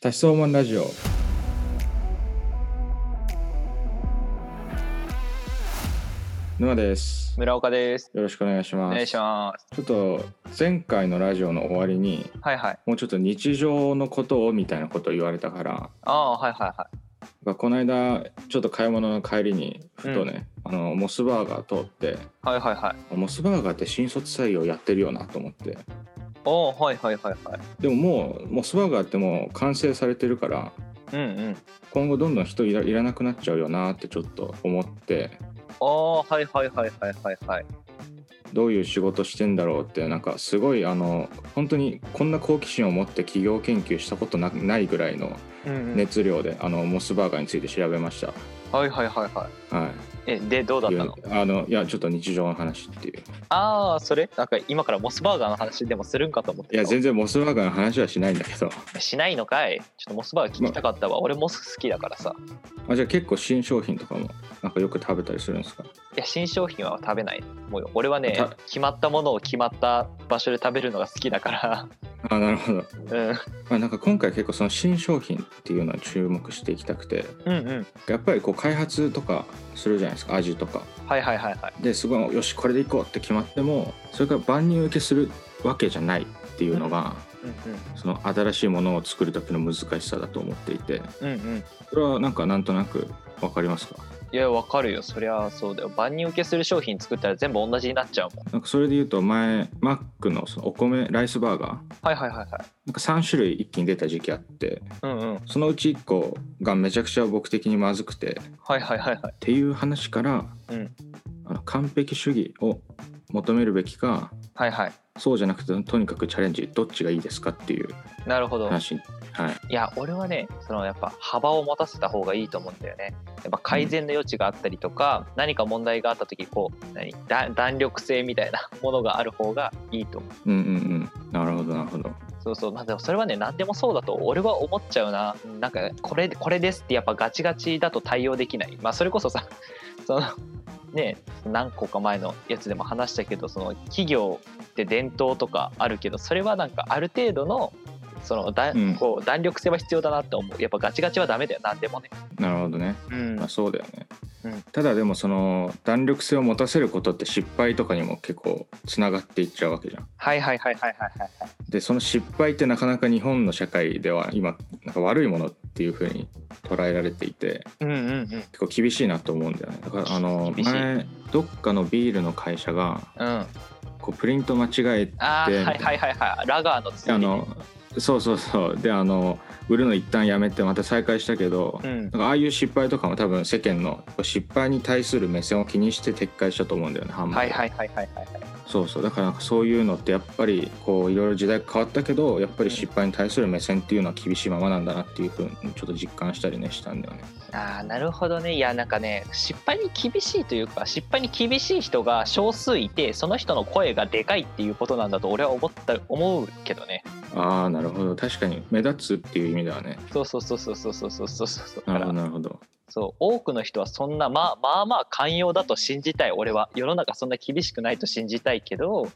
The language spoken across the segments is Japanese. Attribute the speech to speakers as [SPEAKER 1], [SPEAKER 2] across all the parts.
[SPEAKER 1] 多子相マンラジオ沼です
[SPEAKER 2] 村岡です。
[SPEAKER 1] よろしくお願いし
[SPEAKER 2] お
[SPEAKER 1] ます
[SPEAKER 2] 願いします。
[SPEAKER 1] ちょっと前回のラジオの終わりに
[SPEAKER 2] はいはい。
[SPEAKER 1] もうちょっと日常のことをみたいなことを言われたから
[SPEAKER 2] ああ、はいはいは
[SPEAKER 1] なんかこの間ちょっと買い物の帰りにふとね、あのモスバーガー通って
[SPEAKER 2] い。はいはいはい。
[SPEAKER 1] モスバーガーって新卒採用やってるよなと思って
[SPEAKER 2] おお、はいはいはいはい。
[SPEAKER 1] でももうモスバーガーってもう完成されてるから
[SPEAKER 2] うんうん。
[SPEAKER 1] 今後どんどん人いらいらなくなっちゃうよなってちょっと思って
[SPEAKER 2] ああ、はいはいはいはいはいはい。
[SPEAKER 1] どういう仕事してんだろうってなんかすごいあの本当にこんな好奇心を持って企業研究したことなないぐらいの
[SPEAKER 2] うんうん
[SPEAKER 1] 熱量で、あのモスバーガーについて調べました。
[SPEAKER 2] はいはいはいはい。
[SPEAKER 1] は
[SPEAKER 2] え、で、どうだっ
[SPEAKER 1] い、
[SPEAKER 2] たの
[SPEAKER 1] あのいやちょっと日常の話っていう
[SPEAKER 2] ああ、それなんか今からモスバーガーの話でもするんかと思って
[SPEAKER 1] い
[SPEAKER 2] た
[SPEAKER 1] や全然モスバーガーの話はしないんだけど
[SPEAKER 2] しないのかいちょっとモスバーガー聞きたかったわ。俺モス好きだからさ。
[SPEAKER 1] あじゃあ結構新商品とかもなんかよく食べたりするんですか
[SPEAKER 2] いや、新商品は食べない。もう俺はね
[SPEAKER 1] た、
[SPEAKER 2] 決まったものを決まった場所で食べるのが好きだから。
[SPEAKER 1] あなるほど、
[SPEAKER 2] うん。
[SPEAKER 1] まあ、なんか今回結構その新商品っていうのに注目していきたくて
[SPEAKER 2] うんうん。
[SPEAKER 1] やっぱりこう開発とかするじゃないですか味とか
[SPEAKER 2] はいはいはいはい。
[SPEAKER 1] ですごいよしこれでいこうって決まってもそれから万人受けするわけじゃないっていうのが、
[SPEAKER 2] う
[SPEAKER 1] その新しいものを作る時の難しさだと思っていて
[SPEAKER 2] んうん。うんうん。
[SPEAKER 1] それはなんかなんとなくわかりますか
[SPEAKER 2] いやわかるよそりゃそうだよ万人受けする商品作ったら全部同じになっちゃうもん
[SPEAKER 1] なんかそれで言うと前マックのそのお米ライスバーガー
[SPEAKER 2] はいはいはいはい
[SPEAKER 1] なんか3種類一気に出た時期あって
[SPEAKER 2] うんうん
[SPEAKER 1] そのうち1個がめちゃくちゃ僕的にまずくてっ
[SPEAKER 2] はいはいはいはい
[SPEAKER 1] ていう話から
[SPEAKER 2] うん
[SPEAKER 1] あの完璧主義を求めるべきか
[SPEAKER 2] はいはい
[SPEAKER 1] そうじゃなくてとにかくチャレンジどっちがいいですかっていう
[SPEAKER 2] なるほど
[SPEAKER 1] 話はい
[SPEAKER 2] いや俺はねそのやっぱ幅を持たせた方がいいと思うんだよねやっぱ改善の余地があったりとか、何か問題があった時こう何だ弾力性みたいなものがある方がいいと思う
[SPEAKER 1] うんうんうんなるほどなるほど
[SPEAKER 2] そうそうまあでもそれはね何でもそうだと俺は思っちゃうななんかこれこれですってやっぱガチガチだと対応できないまあそれこそさ そのね何個か前のやつでも話したけどその企業って伝統とかあるけどそれはなんかある程度のそのだ、
[SPEAKER 1] うん
[SPEAKER 2] こう弾力性は必要だなって思うやっぱガチガチはダメだよ何でもね
[SPEAKER 1] なるほどね
[SPEAKER 2] うん
[SPEAKER 1] まあそうだよね、
[SPEAKER 2] うん
[SPEAKER 1] ただでもその弾力性を持たせることって失敗とかにも結構つながっていっちゃうわけじゃん
[SPEAKER 2] はいはいはいはいはいはい
[SPEAKER 1] でその失敗ってなかなか日本の社会では今なんか悪いものっていう風に捉えられていて
[SPEAKER 2] うんうんうん
[SPEAKER 1] 結構厳しいなと思うんだよねだからあの
[SPEAKER 2] 厳しい
[SPEAKER 1] 前どっかのビールの会社が
[SPEAKER 2] うん
[SPEAKER 1] こうプリント間違えて
[SPEAKER 2] あー
[SPEAKER 1] で
[SPEAKER 2] はいはいはいはいラガーの次
[SPEAKER 1] あのそうそうそうであの売るの一旦やめてまた再開したけど、
[SPEAKER 2] うん
[SPEAKER 1] なんかああいう失敗とかも多分世間の失敗に対する目線を気にして撤回したと思うんだよね販売
[SPEAKER 2] はいはいはいはいはいはい
[SPEAKER 1] そうそうだからなんかそういうのってやっぱりこういろいろ時代変わったけどやっぱり失敗に対する目線っていうのは厳しいままなんだなっていうふうにちょっと実感したりねしたんだよね
[SPEAKER 2] あーなるほどねいやなんかね失敗に厳しいというか失敗に厳しい人が少数いてその人の声がでかいっていうことなんだと俺は思った思うけどね
[SPEAKER 1] ああなるほど確かに目立つっていう意味ではね
[SPEAKER 2] そうそうそうそうそうそうそうそうそう
[SPEAKER 1] な
[SPEAKER 2] だか
[SPEAKER 1] るほど
[SPEAKER 2] ら
[SPEAKER 1] なるほど
[SPEAKER 2] そう多くの人はそんなまあまあまあ寛容だと信じたい俺は世の中そんな厳しくないと信じたいけど、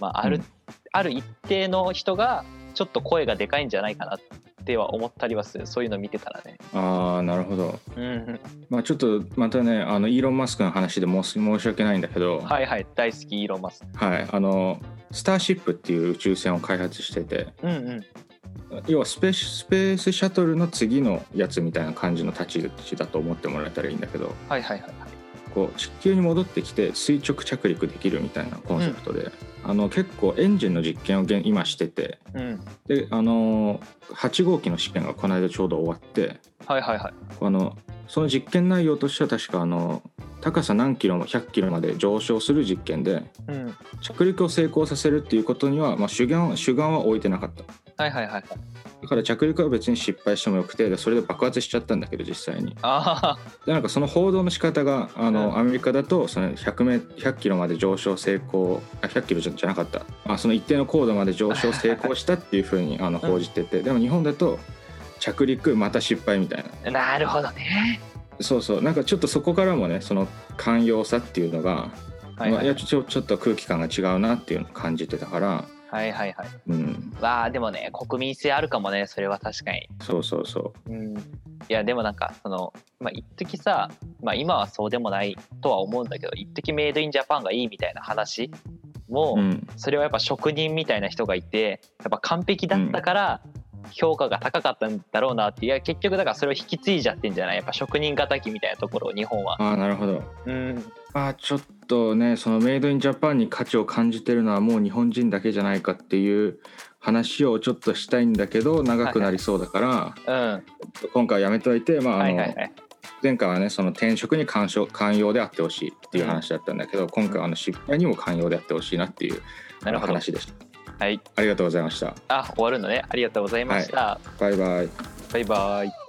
[SPEAKER 2] まあ、ある、
[SPEAKER 1] うん
[SPEAKER 2] ある一定の人がちょっと声がでかいんじゃないかなっては思ったりはするそういうの見てたらね
[SPEAKER 1] ああなるほど
[SPEAKER 2] うんう
[SPEAKER 1] まあちょっとまたねあのイーロン・マスクの話でもうす申し訳ないんだけど
[SPEAKER 2] んはいはい大好きイーロン・マスク
[SPEAKER 1] はい、あのスターシップっていう宇宙船を開発してて
[SPEAKER 2] うんうん
[SPEAKER 1] 要はスペーススペースシャトルの次のやつみたいな感じの立ち位置だと思ってもらえたらいいんだけど
[SPEAKER 2] はいはいはい
[SPEAKER 1] こう地球に戻ってきて垂直着陸できるみたいなコンセプトで、あの結構エンジンの実験を現今してて
[SPEAKER 2] うん
[SPEAKER 1] であの8号機の試験がこの間ちょうど終わって
[SPEAKER 2] はいはいはい
[SPEAKER 1] あのその実験内容としては確かあの高さ何キロも100キロまで上昇する実験で
[SPEAKER 2] うん
[SPEAKER 1] 着陸を成功させるっていうことには、まあ、主眼主眼は置いてなかった
[SPEAKER 2] はいはいはい
[SPEAKER 1] だから着陸は別に失敗してもよくてでそれで爆発しちゃったんだけど実際に
[SPEAKER 2] あ
[SPEAKER 1] でなんかその報道の仕方があの、
[SPEAKER 2] うん
[SPEAKER 1] アメリカだとその 100, メ100キロまで上昇成功あ100キロじゃじゃなかった、まあ、その一定の高度まで上昇成功したっていうふうにあの報じててでも日本だと着陸また失敗みたいな
[SPEAKER 2] あ なるほどね
[SPEAKER 1] そうそうなんかちょっとそこからもねその寛容さっていうのが、
[SPEAKER 2] はい
[SPEAKER 1] ま
[SPEAKER 2] は
[SPEAKER 1] あい
[SPEAKER 2] い
[SPEAKER 1] やちょちょちょっと空気感が違うなっていうのを感じてたから
[SPEAKER 2] はいはいはい。
[SPEAKER 1] うん、
[SPEAKER 2] わあでもね国民性あるかもねそれは確かに。
[SPEAKER 1] そうそうそ
[SPEAKER 2] うん、いやでもなんかそのまあ一時さ、まあ、今はそうでもないとは思うんだけど一時メイドインジャパンがいいみたいな話も、
[SPEAKER 1] う、うん、
[SPEAKER 2] それはやっぱ職人みたいな人がいてやっぱ完璧だったから評価が高かったんだろうなって、いや結局だからそれを引き継いじゃってんじゃないやっぱ職人敵みたいなところを日本は。
[SPEAKER 1] ああなるほど
[SPEAKER 2] うん
[SPEAKER 1] まあちょっとねそのメイドインジャパンに価値を感じてるのはもう日本人だけじゃないかっていう話をちょっとしたいんだけど長くなりそうだから、
[SPEAKER 2] うん、
[SPEAKER 1] 今回はやめといて、まああ
[SPEAKER 2] はい
[SPEAKER 1] の
[SPEAKER 2] はいはい。
[SPEAKER 1] 前回はねその転職に干渉寛容であってほしいっていう話だったんだけど、今回はあの失敗にも寛容であってほしいなっていう
[SPEAKER 2] なるほど。
[SPEAKER 1] 話でした。
[SPEAKER 2] はい。
[SPEAKER 1] ありがとうございました。
[SPEAKER 2] あ終わるのね。ありがとうございました。
[SPEAKER 1] バイバイ。
[SPEAKER 2] バイバイ。